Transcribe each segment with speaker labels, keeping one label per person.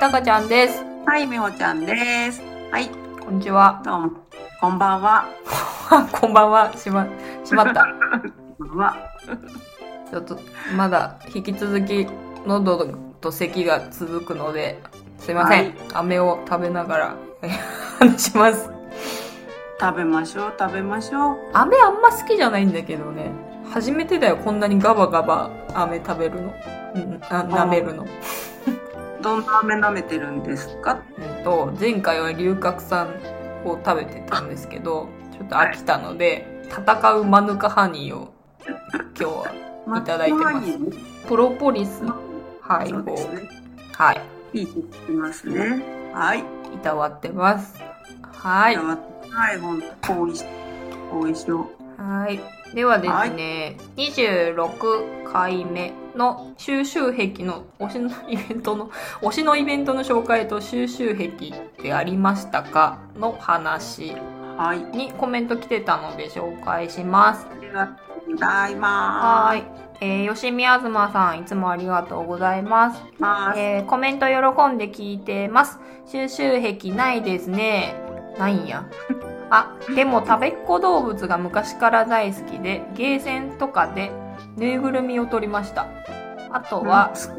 Speaker 1: たかちゃんです。
Speaker 2: はい、みほちゃんです。はい、
Speaker 1: こんにちは。
Speaker 2: どうも。こんばんは。
Speaker 1: あこんばんは。しま、しまった。
Speaker 2: こんばんは。
Speaker 1: ちょっと、まだ引き続き、喉と咳が続くので、すいません。
Speaker 2: はい
Speaker 1: 飴を食べながら、 え話します。
Speaker 2: 食べましょう、食べましょう。
Speaker 1: 飴あんま好きじゃないんだけどね。初めてだよ、こんなにガバガバ飴食べるの。うん、あ舐めるの。
Speaker 2: どんな飴舐めてるんですか
Speaker 1: うんと前回は龍角散を食べてたんですけどちょっと飽きたので戦うマヌカハニーを今日はいい ただいてますプロポリス配
Speaker 2: そう
Speaker 1: 合、
Speaker 2: ですね。
Speaker 1: はい
Speaker 2: いい気しますね。はい。
Speaker 1: いたわってますはい
Speaker 2: じゃあはい、ほんと、おいし、おいしょ。
Speaker 1: はいではですね、26回目の収集癖の推しのイベントの 推しのイベントの紹介と収集癖ってありましたかの話
Speaker 2: はい。
Speaker 1: にコメント来てたので紹介します
Speaker 2: ありがとうございま
Speaker 1: はーい。えー、吉見あずまさん、いつもありがとうございます。
Speaker 2: す。ま
Speaker 1: えー、コメント喜んで聞いてます。収集癖ないですね。ないんや。 あ、でも食べっ子動物が昔から大好きで、ゲーセンとかでぬいぐるみを取りました。あと
Speaker 2: す。
Speaker 1: は、
Speaker 2: す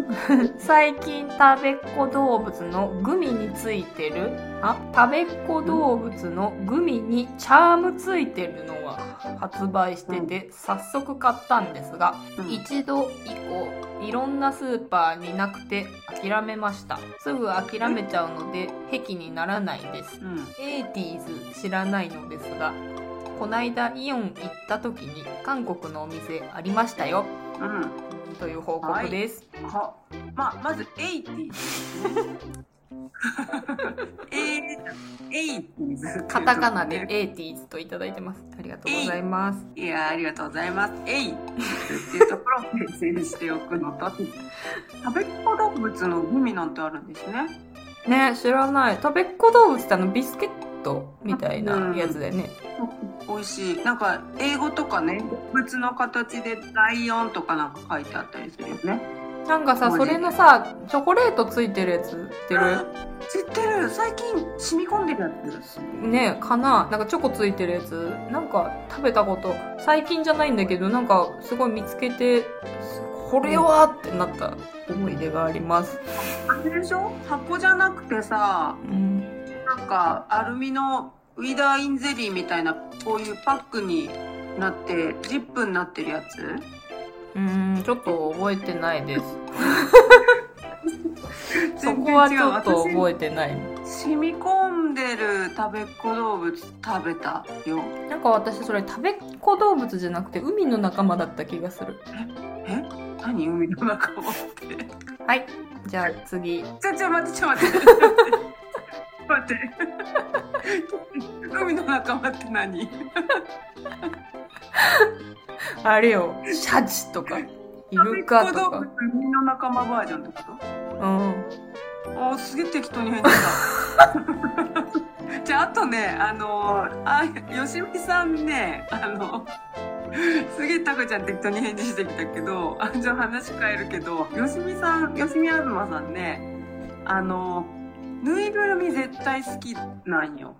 Speaker 1: 最近食べっ子動物のグミについてるあ食べっ子動物のグミにチャームついてるのが発売してて早速買ったんですが
Speaker 2: うん
Speaker 1: 一度以降いろんなスーパーになくて諦めましたすぐ諦めちゃうので癖にならないです
Speaker 2: うん。
Speaker 1: 80s 知らないのですがこないだイオン行った時に韓国のお店ありましたよ
Speaker 2: うん。
Speaker 1: という報告です、
Speaker 2: は、まあ、まず、エイティーズ。 エイティーズ。
Speaker 1: カタカナで 80s といただいてます。ありがとうございます。
Speaker 2: いやーありがとうございます。えいっていうところを厳選しておくのと、食べっ子動物のグミなんてあるんですね。
Speaker 1: ね知らない。食べっ子動物ってあのビスケットみたいなやつだよね。
Speaker 2: 美味しい。なんか英語とかね、動物の形でライオンとかなんか書いてあったりするよね。
Speaker 1: なんかさ、
Speaker 2: マ
Speaker 1: そ
Speaker 2: ジ
Speaker 1: れのさ、チョコレートついてるやつ知ってる
Speaker 2: 知ってる。最近染み込んでるやつ。
Speaker 1: ねかななんかチョコついてるやつなんか食べたこと、最近じゃないんだけど、なんかすごい見つけて、これはってなった思い出があります。
Speaker 2: あれでしょ？箱じゃなくてさ、
Speaker 1: うん。
Speaker 2: なんかアルミのウィダーインゼリーみたいなこういうパックになってジップになってるやつ？
Speaker 1: うーん、ちょっと覚えてないです。そ
Speaker 2: 全然違う
Speaker 1: こはちょっと覚えてない。
Speaker 2: 染み込んでる食べっ子動物食べたよ
Speaker 1: なんか私それ食べっ子動物じゃなくて海の仲間だった気がする。
Speaker 2: え何海の中をって
Speaker 1: はい。じゃあ次。
Speaker 2: ちょちょ待ってちょ 待って待って 海の仲間って何
Speaker 1: あれよ。シャチとか、イルカとか
Speaker 2: 食べっ。子動物海の仲間バージョンってこ
Speaker 1: うん。
Speaker 2: とおすげえ適当に返事した じゃああとねあのあよしみさんねあのすげえタコちゃん適当に返事してきたけどあじゃあ話変えるけどよしみさんよしみあずまさんねあのぬいぐるみ絶対好きなんよ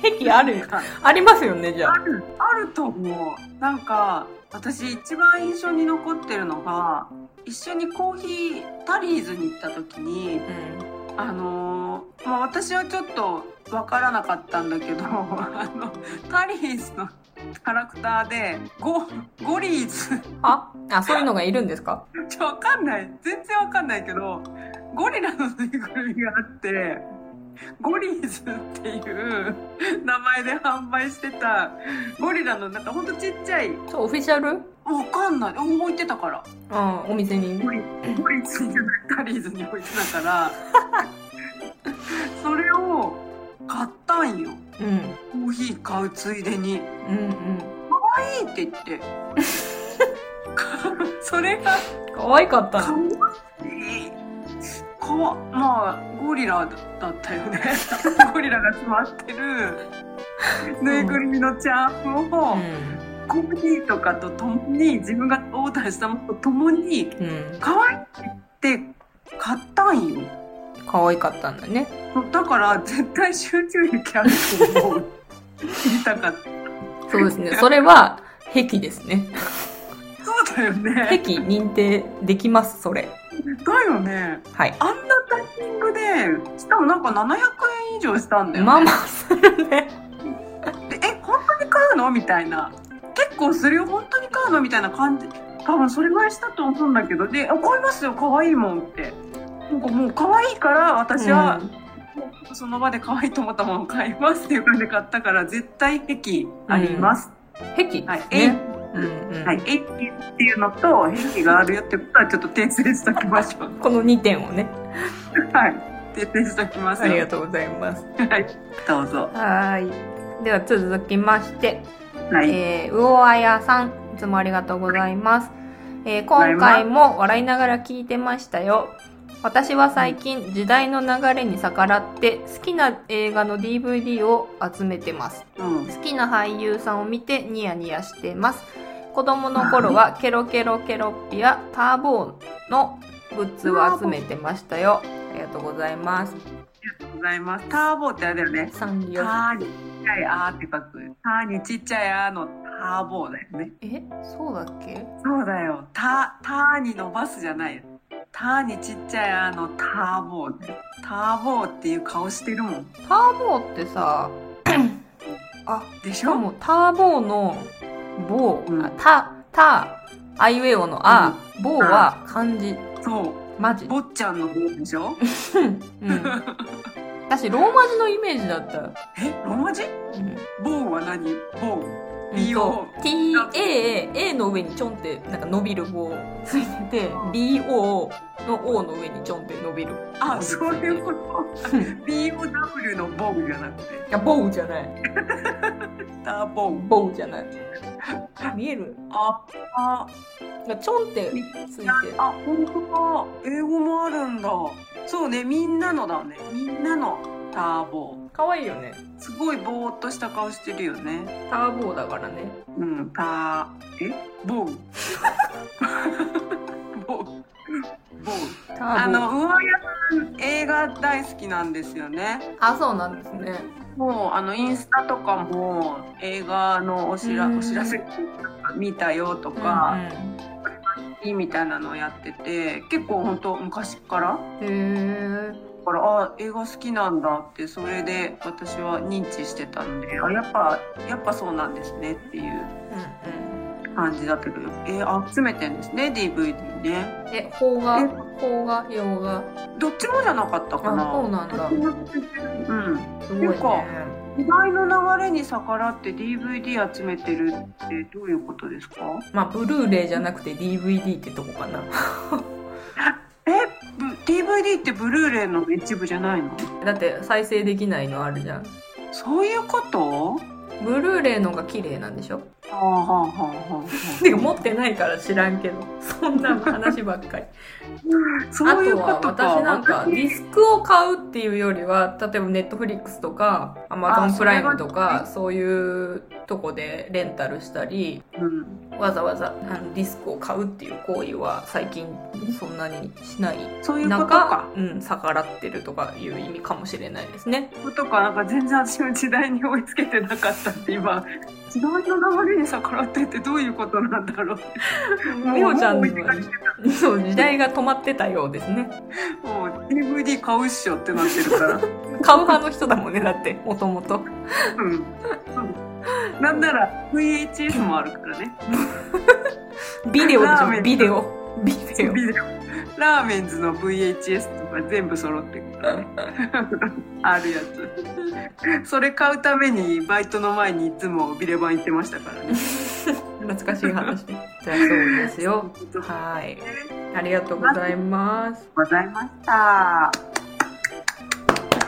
Speaker 1: 癖あるありますよね、じゃ
Speaker 2: あ
Speaker 1: あ。
Speaker 2: るあると思うなんか私一番印象に残ってるのが一緒にコーヒータリーズに行った時に
Speaker 1: うん。
Speaker 2: あのーまあ、私はちょっとわからなかったんだけど あのタリーズのキャラクターでゴゴリーズ
Speaker 1: あ、あ、そういうのがいるんですか
Speaker 2: ちょわかんない全然わかんないけどゴリラのぬいぐるみがあってゴリーズっていう名前で販売してたゴリラのなんかほんとちっちゃい
Speaker 1: そう、オフィシャル
Speaker 2: わかんない置いてたから
Speaker 1: うん、お店に。
Speaker 2: ゴリゴリついてないタリーズに置いてたからそれを買ったんよ
Speaker 1: うん。
Speaker 2: コーヒー買うついでに「
Speaker 1: うん
Speaker 2: いい」って言って それが
Speaker 1: うん。可愛かった
Speaker 2: かわ
Speaker 1: の。
Speaker 2: いいかわまあゴリラだったよね ゴリラが詰まってるぬいぐるみのチャームを、
Speaker 1: う
Speaker 2: コーヒーとかとともに自分がオーダーしたものとともに
Speaker 1: ん。うん。
Speaker 2: 可愛いって買買ったんよ。
Speaker 1: 可愛かったんだね。
Speaker 2: だから絶対集中力あると思う。 言いたかった。
Speaker 1: そうです ね。それは、癖ですね。
Speaker 2: そうだよね。
Speaker 1: 癖認定できます、それ。
Speaker 2: だよね。
Speaker 1: はい。
Speaker 2: あんなタイミングで、しかもなんか700円以上したんだよ、ね。
Speaker 1: まあまあする ね。
Speaker 2: でえ本当に買うのみたいな結構するよ本当に買うのみたいな感じ多分それぐらいしたと思うんだけどであ買いますよ可愛いもんってなんかもう可愛いから私は、その場で可愛いと思ったものを買いますっていう感じで買ったから絶対壁あります、
Speaker 1: うん、癖で
Speaker 2: はい
Speaker 1: す
Speaker 2: えい
Speaker 1: ね。うんうん
Speaker 2: はい、えいっていうのと壁があるよってことはちょっと訂正しときましょう
Speaker 1: この2点をね。
Speaker 2: はい訂正しときます
Speaker 1: ありが
Speaker 2: と
Speaker 1: とうございます。
Speaker 2: うはいどうぞ
Speaker 1: はい。では続きまして、
Speaker 2: はい、
Speaker 1: えー、魚あやさん、いつもありがとうございます。えー今回も笑いながら聞いてましたよ。私は最近時代の流れに逆らって好きな映画の DVD を集めてます。
Speaker 2: うん
Speaker 1: 好きな俳優さんを見てニヤニヤしてます。子供の頃はケロケロケロッピやターボーのグッズを集めてましたよ。ありがとうございます。
Speaker 2: ありがとうございますターボってあれだよね
Speaker 1: サンリオ。
Speaker 2: ターにちっちゃいあーって書く。ターにちっちゃいあーのターボーだよね。
Speaker 1: え、そうだっけ
Speaker 2: そうだよ。タ、ターに伸ばすじゃないよ。ターにちっちゃいあーのターボーだよ。ターボーっていう顔してるもん。
Speaker 1: ターボーってさ、あ、
Speaker 2: でし
Speaker 1: しか
Speaker 2: ょ
Speaker 1: もターボーの棒、
Speaker 2: うん
Speaker 1: あタ、タ、アイウェオのあ、棒は漢字。
Speaker 2: そう。
Speaker 1: マジ。
Speaker 2: 坊ちゃんの方でしょ
Speaker 1: うん。私、ローマ字のイメージだった。
Speaker 2: え、ローマ字
Speaker 1: うん
Speaker 2: ボーは何ボ
Speaker 1: うん
Speaker 2: ー。
Speaker 1: と
Speaker 2: BO
Speaker 1: TA、A の上にちょんってなんか伸びる棒ついてて、BO の O の上にちょんって伸びる。
Speaker 2: あ、そういうこと。
Speaker 1: うん。
Speaker 2: BOW のボーじゃなくて、
Speaker 1: いや、棒じゃない。
Speaker 2: ターボー。
Speaker 1: 棒じゃない。見える
Speaker 2: あ、あ、
Speaker 1: なんかちょんってついて。
Speaker 2: あ、本当だ。英語もあるんだ。そうね、みんなのだね。みんなのターボー。
Speaker 1: かわいいよね。
Speaker 2: すごいぼーっとした顔してるよね。
Speaker 1: ターボーだからね。
Speaker 2: うん、ター、え、ボー。 ボー。ボー。
Speaker 1: ターボー。
Speaker 2: あの、うわやさん、映画大好きなんですよね。
Speaker 1: あ、そうなんですね。
Speaker 2: もう、あの、インスタとかも、映画のお知ら、
Speaker 1: うん
Speaker 2: お知らせ。見たよと
Speaker 1: うん
Speaker 2: か、
Speaker 1: うん
Speaker 2: いいみたいなのをやってて、結構本当昔から。
Speaker 1: へえ。
Speaker 2: だからあ映画好きなんだってそれで私は認知してたんであやっぱやっぱそうなんですねっていう
Speaker 1: うん
Speaker 2: 感じだったけどえー、集めてんですね DVD ね
Speaker 1: うん。え、邦画、邦画、洋画。
Speaker 2: どっちもじゃなかったかな
Speaker 1: あそうなんだ
Speaker 2: どっちも集めてるうん
Speaker 1: すごい
Speaker 2: て
Speaker 1: ね
Speaker 2: いう。か時代の流れに逆らって DVD 集めてるってどういうことですか
Speaker 1: まあ、ブルーレイじゃなくて DVD ってとこかな。
Speaker 2: えぶ DVD ってブルーレイの一部じゃないの
Speaker 1: だって再生できないのあるじゃん。
Speaker 2: そういうこと
Speaker 1: ブルーレイのが綺麗なんでしょ
Speaker 2: はあはあはあはあ
Speaker 1: てか持ってないから知らんけど。そんな話ばっかり。
Speaker 2: そういうこ
Speaker 1: あと
Speaker 2: と
Speaker 1: は
Speaker 2: か
Speaker 1: 私なんかディスクを買うっていうよりは、例えばネットフリックスとか、アマゾンプライムとか、そういうとこでレンタルしたり、
Speaker 2: うん
Speaker 1: わざわざあのディスクを買うっていう行為は最近そんなにしない
Speaker 2: そういうこと
Speaker 1: 中
Speaker 2: か。
Speaker 1: うん、逆らってるとかいう意味かもしれないですね。
Speaker 2: ことか、なんか全然私の時代に追いつけてなかったって今、時代の流れに逆らってってどういうことなんだろう。
Speaker 1: みほちゃん
Speaker 2: もう
Speaker 1: の
Speaker 2: 追いつかれて
Speaker 1: そう時代が止まってたようですね。
Speaker 2: もう DVD 買うっしょってなってるから。
Speaker 1: 買う派の人だもんねだってもともと。
Speaker 2: うんうん。なんなら VHS もあるからね。
Speaker 1: ビデオで
Speaker 2: ラー
Speaker 1: し
Speaker 2: メ
Speaker 1: ょ
Speaker 2: ン
Speaker 1: ビデオビデオ。
Speaker 2: ビデオラーメンズの VHS とか全部揃ってるからね。あるやつ。それ買うためにバイトの前にいつもビレバン行ってましたからね。
Speaker 1: 懐かしい話。じゃあそうですよ。
Speaker 2: そういうことで
Speaker 1: はい。ありがとうございます。
Speaker 2: ございました。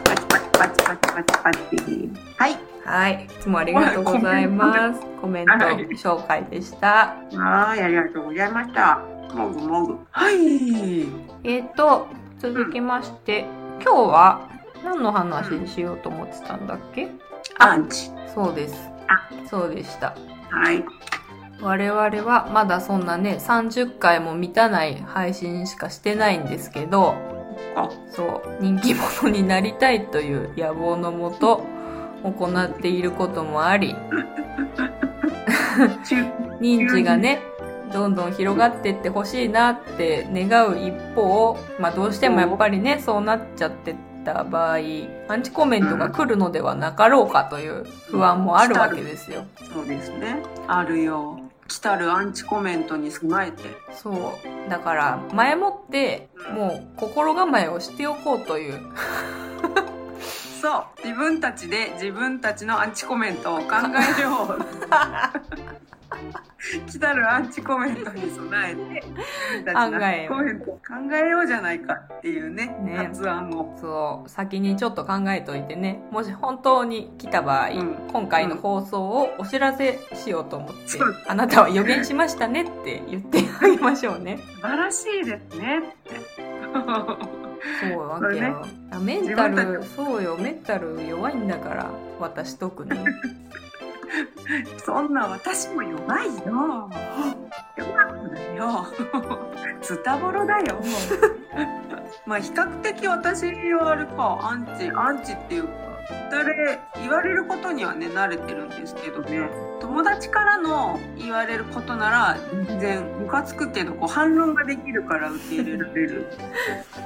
Speaker 2: パチパチパチパチパチパチ。はい。
Speaker 1: はい。いつもありがとうございます。コメント
Speaker 2: はい
Speaker 1: 紹介でした。
Speaker 2: はい、ありがとうございました。もぐもぐ。はい。
Speaker 1: えっ、と、続きまして、今日は何の話にしようと思ってたんだっけ、
Speaker 2: アンチ。
Speaker 1: そうです。そうでした。
Speaker 2: はい。
Speaker 1: 我々はまだそんなね、30回も満たない配信しかしてないんですけど、
Speaker 2: か。
Speaker 1: そう人気者になりたいという野望のもと行っていることもあり
Speaker 2: 中
Speaker 1: 認知がねどんどん広がってってほしいなって願う一方、まあ、どうしてもやっぱりねそうなっちゃってた場合アンチコメントが来るのではなかろうかという不安もあるわけですよ。
Speaker 2: そうですね。あるよ。来たるアンチコメントに備えて。
Speaker 1: そうだから前もってもう心構えをしておこうという
Speaker 2: そう。自分たちで自分たちのアンチコメントを考えよう。 来たるアンチコメントに備えて、自分たちのアンチコメントを考えようじゃないかっていうね、
Speaker 1: ね
Speaker 2: 発案を。
Speaker 1: そう先にちょっと考えといてねもし本当に来た場合、
Speaker 2: うん
Speaker 1: 今回の放送をお知らせしようと思って、
Speaker 2: そう
Speaker 1: あなたは予言しましたねって言ってあげましょうね。
Speaker 2: 素晴らしいですねって。
Speaker 1: そうわけよ、あメンタルそうよメンタル弱いんだから私特に
Speaker 2: そんな私も弱いよ。弱くないよ。 ズタボロだよ。まあ比較的私はあれかアンチアンチっていうか誰言われることにはね慣れてるんですけどね友達からの言われることなら全然ムカつくけどこう反論ができるから受け入れられる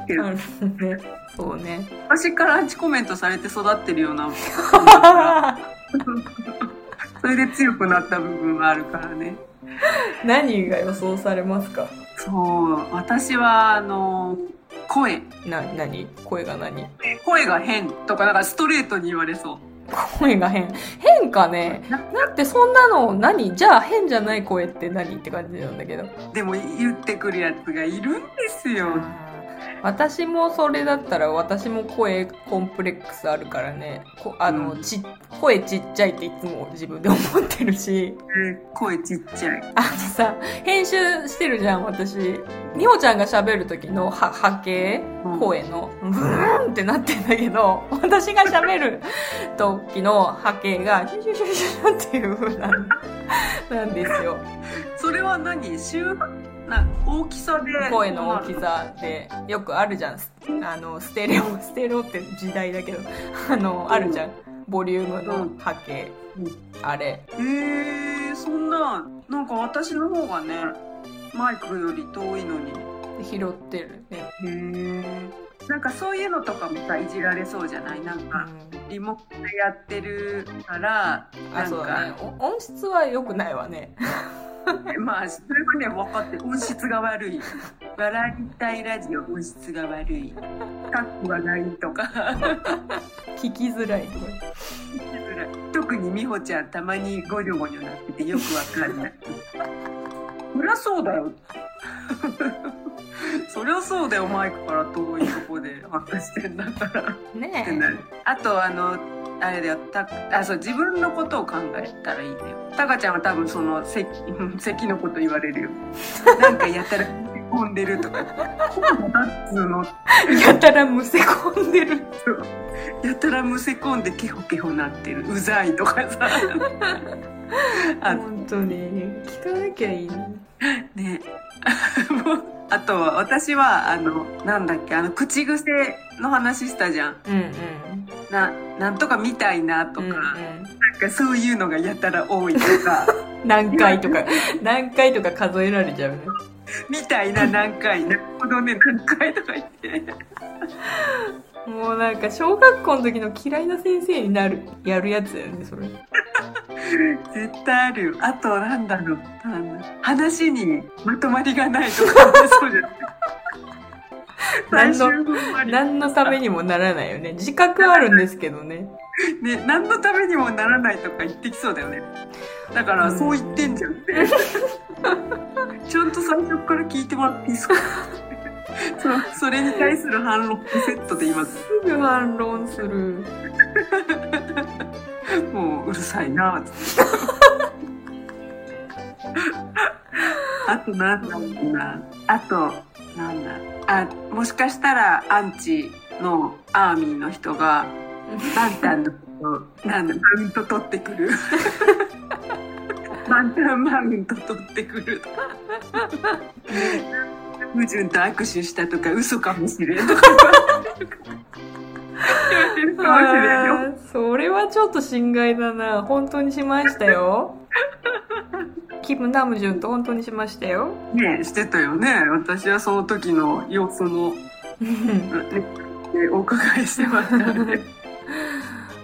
Speaker 2: けど
Speaker 1: あのねそうね
Speaker 2: 私からアンチコメントされて育ってるようなもんだからそれで強くなった部分があるからね。
Speaker 1: 何が予想されますか
Speaker 2: そう、私は、あの、声。
Speaker 1: な何声が何
Speaker 2: 声が変とか、なんかストレートに言われそ
Speaker 1: 声が変変かねだってそんなの何じゃあ変じゃない声って何って感じなんだけど
Speaker 2: う。でも、言ってくるやつがいるんですよ。
Speaker 1: 私もそれだったら私も声コンプレックスあるからねこあの、
Speaker 2: うん
Speaker 1: ち声ちっちゃいっていつも自分で思ってるし
Speaker 2: 声ちっちゃい。
Speaker 1: あのさ編集してるじゃん私美穂ちゃんが喋る時のは波形
Speaker 2: うん
Speaker 1: 声のブーンってなってんだけど私が喋る時の波形がシュシュシュシュシュっていう風ななんですよ
Speaker 2: それは何周波な大きさで。
Speaker 1: 声の大きさでよくあるじゃんスあのステレオステレオって時代だけどあのあるじゃんボリュームの波形、
Speaker 2: うん
Speaker 1: あれ
Speaker 2: えー、そんな、なんか私の方がね、マイクより遠いのに。
Speaker 1: 拾ってるね、
Speaker 2: へー。なんかそういうのとかもさ、いじられそうじゃないなん
Speaker 1: う
Speaker 2: か、
Speaker 1: ん、
Speaker 2: リモコンでやってるから、
Speaker 1: あそうだねお音質は良くないわね
Speaker 2: まあそれはね分かってる音質が悪い笑いたいラジオ音質が悪いカッコがないとか
Speaker 1: 聞きづらいとか
Speaker 2: 特に美穂ちゃんたまにゴニョゴニョなっててよく分かんないそりゃそうだよ そりゃそうだよマイクから遠いとこで発してんだから
Speaker 1: ね
Speaker 2: ってなる あとあのあれだよたあそう自分のことを考えたらいいんだよタカちゃんは多分その 咳うん咳のこと言われるよなんかやたら込んでるとかこうだっつうの
Speaker 1: えやたらむせ込んでる
Speaker 2: やたらむせ込んでケホケホなってるうざいとか さあ
Speaker 1: 本当に聞かなきゃいいのに
Speaker 2: ねもうあとは私はあのなんだっけあの口癖の話したじゃん
Speaker 1: うん
Speaker 2: ななんとかみたいなとか,、
Speaker 1: うん、
Speaker 2: なん
Speaker 1: うん
Speaker 2: かそういうのがやたら多いとか
Speaker 1: うん、何回と か何回とか数えられちゃうね
Speaker 2: みたいな何回、なるほどね、何回とか言って。
Speaker 1: もうなんか小学校の時の嫌いな先生になるやるやつだよねそれ
Speaker 2: 絶対あるよ。あと、なんだろう。あの話にまとまりがないとか、そうじゃない。最
Speaker 1: 何の
Speaker 2: 終ふんわり
Speaker 1: 何のためにもならないよね自覚はあるんですけどね
Speaker 2: ね、何のためにもならないとか言ってきそうだよね。だから、
Speaker 1: うん
Speaker 2: そう言ってんじゃんって。ちゃんと最初から聞いてもらっていいで すかそうそれに対する反論セットで今、
Speaker 1: すぐ反論する
Speaker 2: もううるさいな ぁって。あとなんだろうな。あと、なんだ。あ、もしかしたらアンチのアーミーの人が、バンタンのこと、なんだ、マウント取ってくる。バンタンマウント取ってくるとか。なん不純と握手したとか嘘かもしれん とか言われる言われるかもしれんよ。
Speaker 1: あーそれはちょっと心外だな本当にしました よキム・ナムジュンと本当にしましたよ
Speaker 2: ねえしてたよね。私はその時の様子の、 ねお伺いしてましたね。
Speaker 1: なんか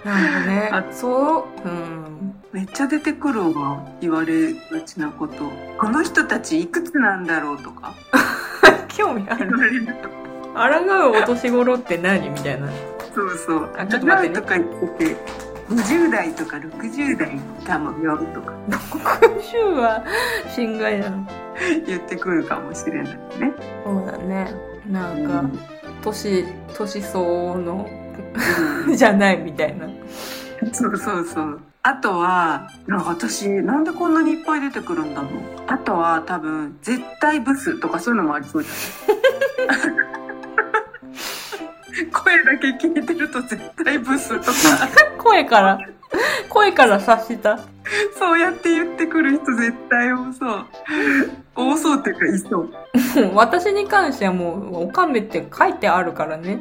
Speaker 2: あ
Speaker 1: ねそううん
Speaker 2: めっちゃ出てくるわ言われがちなことこの人たちいくつなんだろうとか
Speaker 1: 興味あ
Speaker 2: 言
Speaker 1: る
Speaker 2: われる
Speaker 1: 抗うお年頃って何みた いな
Speaker 2: そうそう
Speaker 1: あちょっと待ってね
Speaker 2: とか言ってて50代とか60代かもよとか
Speaker 1: 60は心外なの
Speaker 2: 言ってくるかもしれないね
Speaker 1: そうだねな
Speaker 2: うん
Speaker 1: んか年年相応の
Speaker 2: う
Speaker 1: じゃないみたいなん
Speaker 2: そうそうそうあとはなんか私なんでこんなにいっぱい出てくるんだろうあとは多分絶対ブスとかそういうのもありそうじゃん声だけ聞いてると絶対ブスとか
Speaker 1: 声から 声から察した
Speaker 2: そうやって言ってくる人絶対多そう。多そうっていうか、いそう。
Speaker 1: もう私に関してはもうおかめって書いてあるからね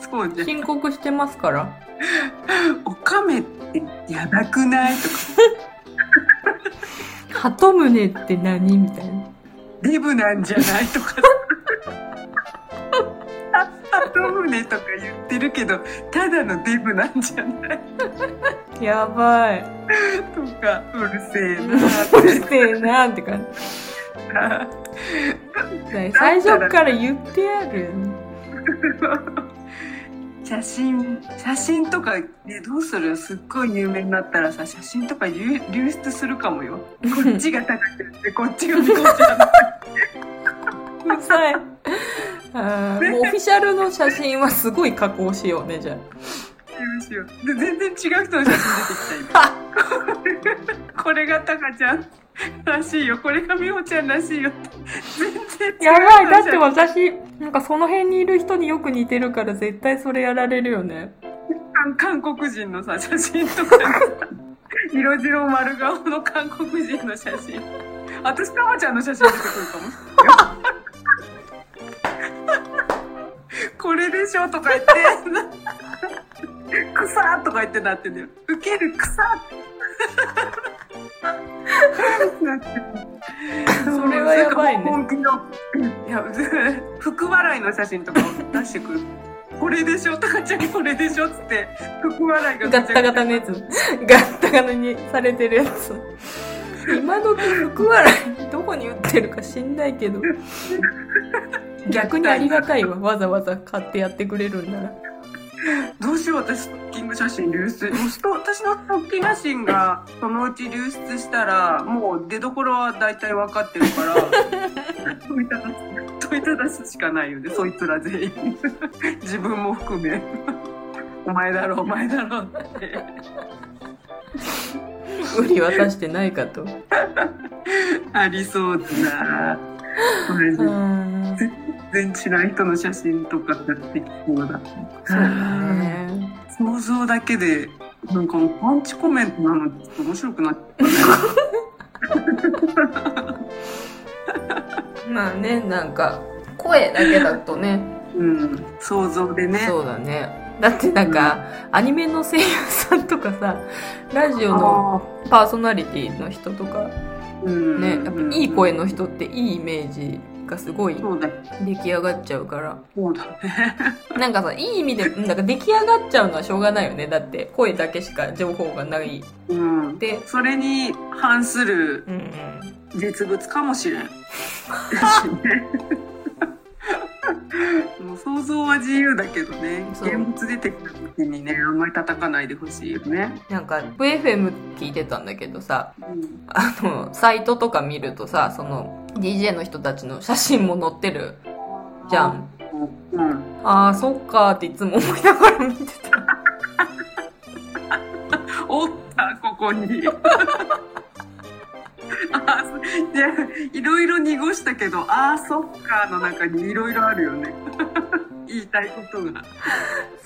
Speaker 2: そうじゃん。
Speaker 1: 申告してますから
Speaker 2: おかめってやばくないとか、
Speaker 1: 鳩胸って何みたいな
Speaker 2: デブなんじゃないとか。ハトムネとか言ってるけど、ただのデブなんじゃない
Speaker 1: やばい
Speaker 2: とか、うるせえな
Speaker 1: うるせえなって感
Speaker 2: ーって。
Speaker 1: じ最初から言ってやる
Speaker 2: 写真写真とか、ね、どうするすっごい有名になったらさ写真とか流流出するかもよこっちが高くてこっちが高くて
Speaker 1: うるさいあーもうオフィシャルの写真はすごい加工しようねじゃ
Speaker 2: どうしようで全然違う人の写真出てきた今 これがタカちゃんらしいよこれがミホちゃんらしいよって全
Speaker 1: あや
Speaker 2: 然違う
Speaker 1: ばい
Speaker 2: 人
Speaker 1: だ
Speaker 2: の
Speaker 1: って私なんかその辺にいる人によく似てるから絶対それやられるよね
Speaker 2: 韓韓国人のさ写真とか色白丸顔の韓国人の写真私タマちゃんの写真出てくるかもしれないこれでしょとか言って「くさ」とか言ってなってんだよ「ウケるくさ」なってる
Speaker 1: それはやばいね
Speaker 2: 本気のいや 福笑いの写真とかを出してくるこれでしょ、タカちゃんこれでしょっつって、福笑いが
Speaker 1: ガッタガタのやつ。ガッタガタにされてるやつ。今時福笑い、どこに売ってるか知んないけど。逆にありがたいわ。わざわざ買ってやってくれるんなら。
Speaker 2: どうしよう、私、ストッキング写真流出。もうスト私のストッキング写真が、そのうち流出したら、もう出どころは大体分かってるから、 問いただす、問いただすしかないよね、そいつら全員。 自分も含め。お前だろ、お前だろって。
Speaker 1: 売り渡してないか と。う
Speaker 2: ありそうだな。これ
Speaker 1: ーん。そ
Speaker 2: 全然知らん人の写真とかやってきそうだ。
Speaker 1: うだね。
Speaker 2: 想像だけでなんかもうパンチコメントなのちょっと面白くなっ
Speaker 1: まあね、なんか、声だけだとね。
Speaker 2: うん想像でね
Speaker 1: そうだね。だってなんか、アニメの声優さんとかさ、ラジオの
Speaker 2: あ
Speaker 1: パーソナリティの人とか、
Speaker 2: ーうん
Speaker 1: ね、やっぱいい声の人っていいイメージがすごい
Speaker 2: そうだ
Speaker 1: 出来上がっちゃうから。
Speaker 2: そうだね
Speaker 1: なんかさ、いい意味で、うんなんか出来上がっちゃうのはしょうがないよね。だって声だけしか情報がない。
Speaker 2: うん
Speaker 1: で、
Speaker 2: それに反する
Speaker 1: うんうん。
Speaker 2: 実物かもしれんもう想像は自由だけどね
Speaker 1: そう
Speaker 2: 現物出てくる時にねあんまり叩かないでほしいよね、
Speaker 1: なんか、VFM 聞いてたんだけどさ、
Speaker 2: うん、
Speaker 1: あの、サイトとか見るとさ、その、DJ の人たちの写真も載ってるじゃん。
Speaker 2: うん
Speaker 1: あー、そっかーっていつも思いながら見てた。
Speaker 2: おったここに あそじゃあいろいろ濁したけど「あーそっか」の中にいろいろあるよね 言いたいことが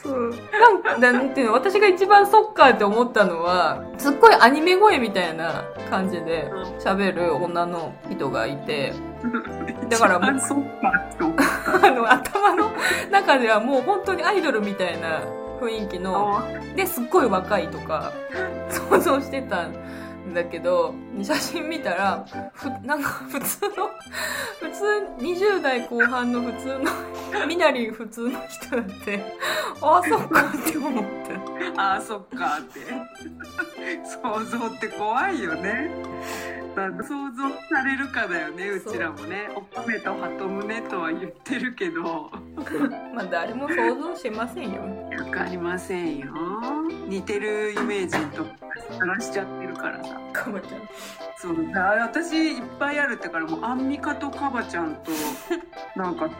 Speaker 1: そう。なんか、なんていうの、私が一番そっかーって思ったのは、すっごいアニメ声みたいな感じで喋る女の人がいて、だからもう
Speaker 2: あそっかって思 う
Speaker 1: あの頭の中ではもう本当にアイドルみたいな雰囲気のですっごい若いとか 想像してたんだけど写真見たらふなんか普通の普通20代後半の普通のみなり普通の人だってああそっかって思って
Speaker 2: あーそっかーって想像って 怖いよねだから想像されるかだよねうちらもねお米と鳩胸とは言ってるけど
Speaker 1: まあ誰も想像しませんよ
Speaker 2: わかりませんよ似てる有名人とか探しちゃってるからさ
Speaker 1: かぼちゃん
Speaker 2: そうだ私いっぱいあるってからもうアンミカとカバちゃんとなんかい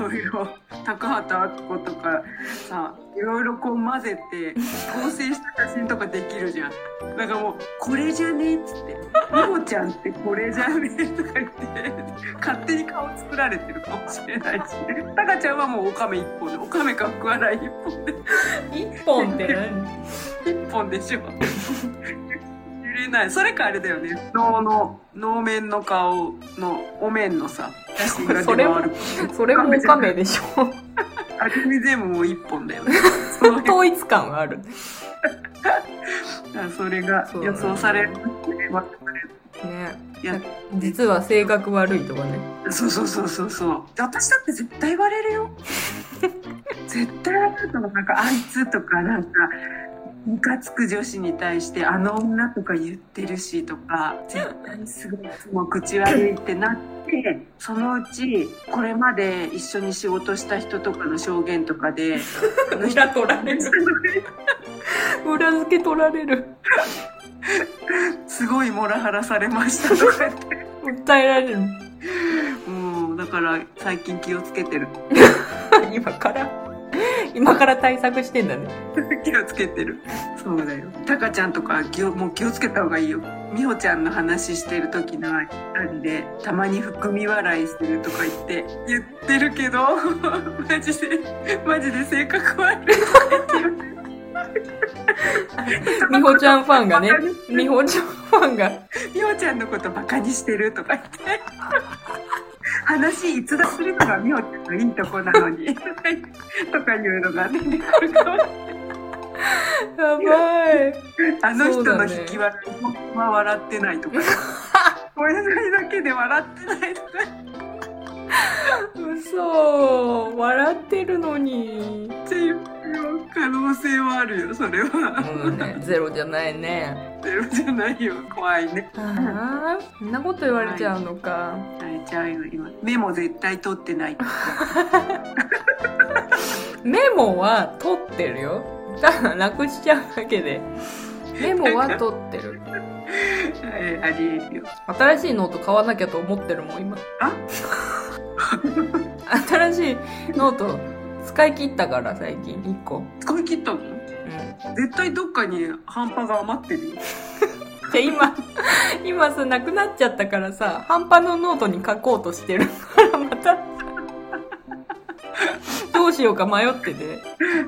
Speaker 2: ろいろ高畑敦子とかさいろいろこう混ぜて合成した写真とかできるじゃんなんかもう「これじゃね」っつって「美穂ちゃんってこれじゃね」とか言って勝手に顔作られてるかもしれないしタカちゃんはもうオカメ一本でオカメかクワライ一本で
Speaker 1: 一本って何
Speaker 2: 一本でしょ揺れないそれかあれだよね能の能面の顔のお面のさ写真が
Speaker 1: それも
Speaker 2: 出回る
Speaker 1: それもオカメでしょ
Speaker 2: あれに全部もう一本だよねその辺
Speaker 1: 統一感がある
Speaker 2: あそれが
Speaker 1: そう
Speaker 2: 予想される
Speaker 1: ね
Speaker 2: いや
Speaker 1: 実は性格悪いとかね
Speaker 2: そうそうそうそうそう私だって絶対言われ るよ絶対言われると思うなんかあいつとかなんかムカつく女子に対してあの女とか言ってるしとか絶対すごいいつも口悪いってなってそのうちこれまで一緒に仕事した人とかの証言とかであの人
Speaker 1: 裏取られる裏付け取られる
Speaker 2: すごいモラハラされましたと か言って
Speaker 1: 訴えられる
Speaker 2: もうだから最近気をつけてる
Speaker 1: 今から今から対策してんだね
Speaker 2: 気をつけてるそうだよタカちゃんとか気をもう気をつけた方がいいよ美穂ちゃんの話してる時のあ人でたまに含み笑いするとか言って言ってるけど マジでマジで性格悪い
Speaker 1: みほちゃんファンがねみほちゃんファンが
Speaker 2: 美穂ちゃんのことバカにしてるとか言って話逸脱するのが美穂ちゃんのいいとこなのに とかいうのが出てくるかも
Speaker 1: やばい
Speaker 2: あの人の引き笑い、僕は笑ってないとか。お野菜だけで笑ってないとか。
Speaker 1: 嘘笑ってるのに
Speaker 2: っていう可能性はあるよ、それは。
Speaker 1: もうねゼロじゃないね
Speaker 2: ゼロじゃないよ、怖いね。
Speaker 1: ああそんなこと言われちゃうのか
Speaker 2: 泣いちゃうよ、今。目も絶対取って ない。
Speaker 1: メモは取ってるよただなくしちゃうだけでメモは取ってる
Speaker 2: えーありえるよ。
Speaker 1: 新しいノート買わなきゃと思ってるもん今
Speaker 2: あ
Speaker 1: 新しいノート使い切ったから最近1個、うん、
Speaker 2: 使い切ったの
Speaker 1: じ
Speaker 2: 絶対どっかに半端が余ってるよ。
Speaker 1: ゃ今 今さなくなっちゃったからさ半端のノートに書こうとしてる からま たどうしようか迷ってて、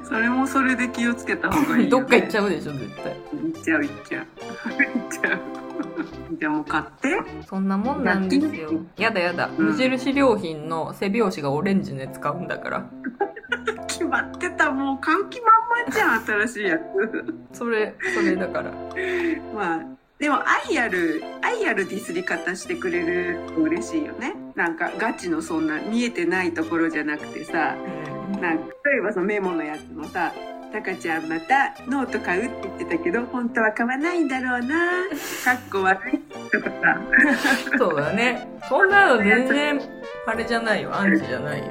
Speaker 2: それもそれで気をつけた方がい い、
Speaker 1: どっか行っち
Speaker 2: ゃ
Speaker 1: ゃうでしょ絶対
Speaker 2: う。行っちゃう、行っちゃう。 行っちゃう。じゃあもう買って。
Speaker 1: そんなもんなんですよやだやだ、
Speaker 2: うん
Speaker 1: 無印良品の背表紙がオレンジのやつ買うんだから
Speaker 2: 決まってた、もう買う気満々じゃん、新しいやつ。
Speaker 1: それそれだから
Speaker 2: まあでも愛ある愛あるディスり方してくれると嬉しいよねなんかガチのそんな見えてないところじゃなくてさなんか例えばそのメモのやつもさ「タカちゃんまたノート買う」って言ってたけど本当は買わないんだろうなかっこ悪いとかさ
Speaker 1: そうだね。そんなの全然、あれじゃないよ。アンチじゃないよ。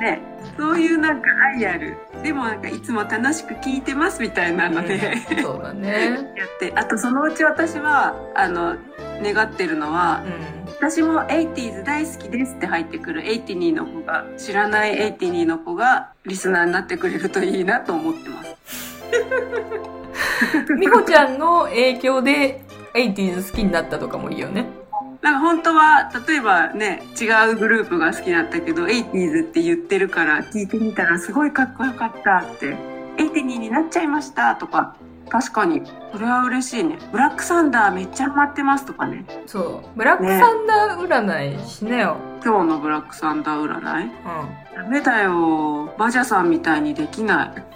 Speaker 2: ねそういうなんか愛あるでもなんかいつも楽しく聞いてますみたいなので、
Speaker 1: そうだね。
Speaker 2: やってあとそのうち私はあの願ってるのは
Speaker 1: うん。
Speaker 2: 私も 80s 大好きですって入ってくる82の子が知らない82の子がリスナーになってくれるといいなと思ってます
Speaker 1: 美穂ちゃんの影響で、80s 好きになったとかもいいよね。
Speaker 2: なんか本当は例えばね違うグループが好きだったけど 80s って言ってるから聞いてみたらすごいかっこよかったって82になっちゃいましたとか確かにそれは嬉しいね。ブラックサンダーめっちゃハマってますとかね。
Speaker 1: そう。ブラックサンダー占いしなよ。
Speaker 2: 今日のブラックサンダー占いダメだよ。バジャさんみたいにできない。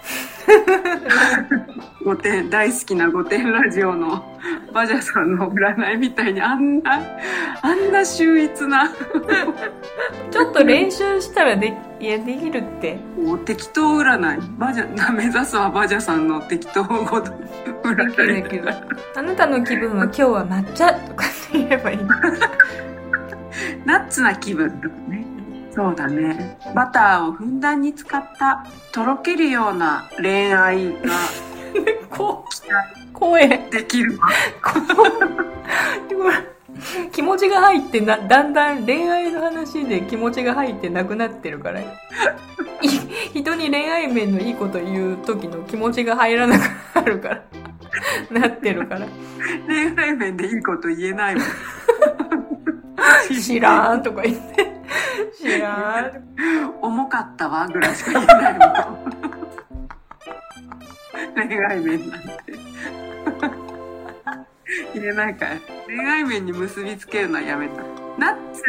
Speaker 2: 御殿、大好きな御殿ラジオのバジャさんの占いみたいにあんな、あんな秀逸な。
Speaker 1: うん。ちょっと練習したらで、いや、できるって。
Speaker 2: もう適当占い。バジャ、目指すはバジャさんの適当ごと
Speaker 1: できる
Speaker 2: 占
Speaker 1: で
Speaker 2: い。
Speaker 1: きる。あなたの気分は今日は抹茶とかって言えばいい。
Speaker 2: ナッツな気分とかね。そうだね。バターをふんだんに使った、とろけるような恋愛が
Speaker 1: こ、声。
Speaker 2: でき る。
Speaker 1: こ気持ちが入ってな、だんだん恋愛の話で気持ちが入ってなくなってるから。い人に恋愛面のいいこと言う時の気持ちが入らなくなるから。なってるから。
Speaker 2: 恋愛面でいいこと言えないもん。
Speaker 1: 知らんとか言って。知らん。
Speaker 2: 重かったわぐらいしか言えないもん恋愛面なんて言えないから恋愛面に結びつけるのはやめたナッツ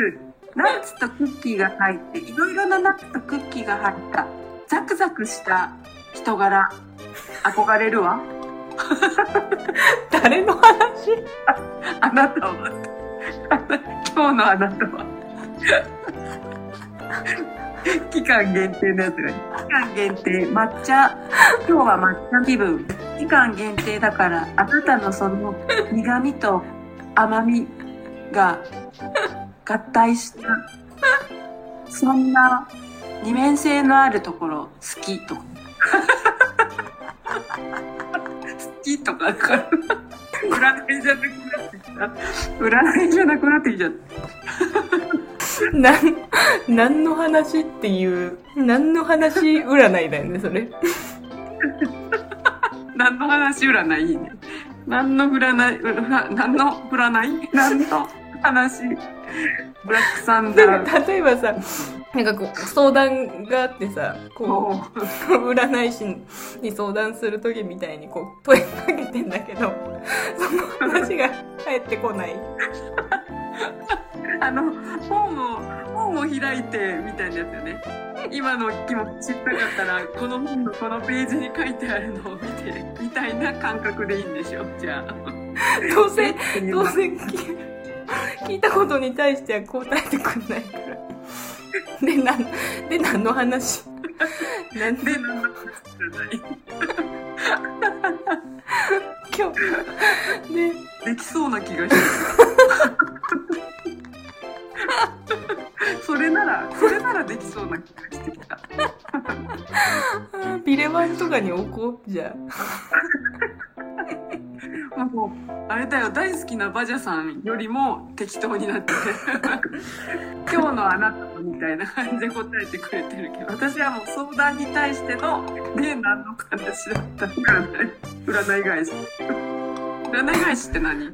Speaker 2: ナッツとクッキーが入っていろいろなナッツとクッキーが入ったザクザクした人柄憧れるわ
Speaker 1: 誰の話
Speaker 2: あなたはあな今日のあなたは期間限定のやつが期間限定抹茶今日は抹茶気分期間限定だからあなたのその苦味と甘みが合体したそんな二面性のあるところ好きとか好きとかだから占いじゃなくなってきた占いじゃなくなってきちゃった
Speaker 1: なん、何の話っていう、何の話占いだよね、それ。
Speaker 2: 何の話占いいいね。何の占い、うら何の占い何の話ブラックサン
Speaker 1: な
Speaker 2: ダ
Speaker 1: ん
Speaker 2: ー。
Speaker 1: か例えばさ、なんかこう、相談があってさ、こ
Speaker 2: もう
Speaker 1: う、 占い師に相談するときみたいにこう、問いかけてんだけど、 その話が返ってこない。
Speaker 2: あの、本を、本を開いてみたいなやつよね。今の気持ち知ったかったら、この本のこのページに書いてあるのを見て、みたいな感覚でいいんでしょじゃあ。
Speaker 1: どうせ、
Speaker 2: っていう
Speaker 1: どうせ聞 聞いたことに対しては答えてくんないから。 で、なん、で、何の話なん
Speaker 2: で、何の話じ
Speaker 1: 今日、 で、
Speaker 2: ゃない。できそうな気がしてる。 それなら、それならできそうな気がしてきた。
Speaker 1: あービレバンとかに置こう、じゃあ。
Speaker 2: もうあれだよ大好きなバジャさんよりも適当になってて 今日のあなたみたいな感じで答えてくれてるけど私はもう相談に対してのね何の話だったのかない占い返し占い返しって何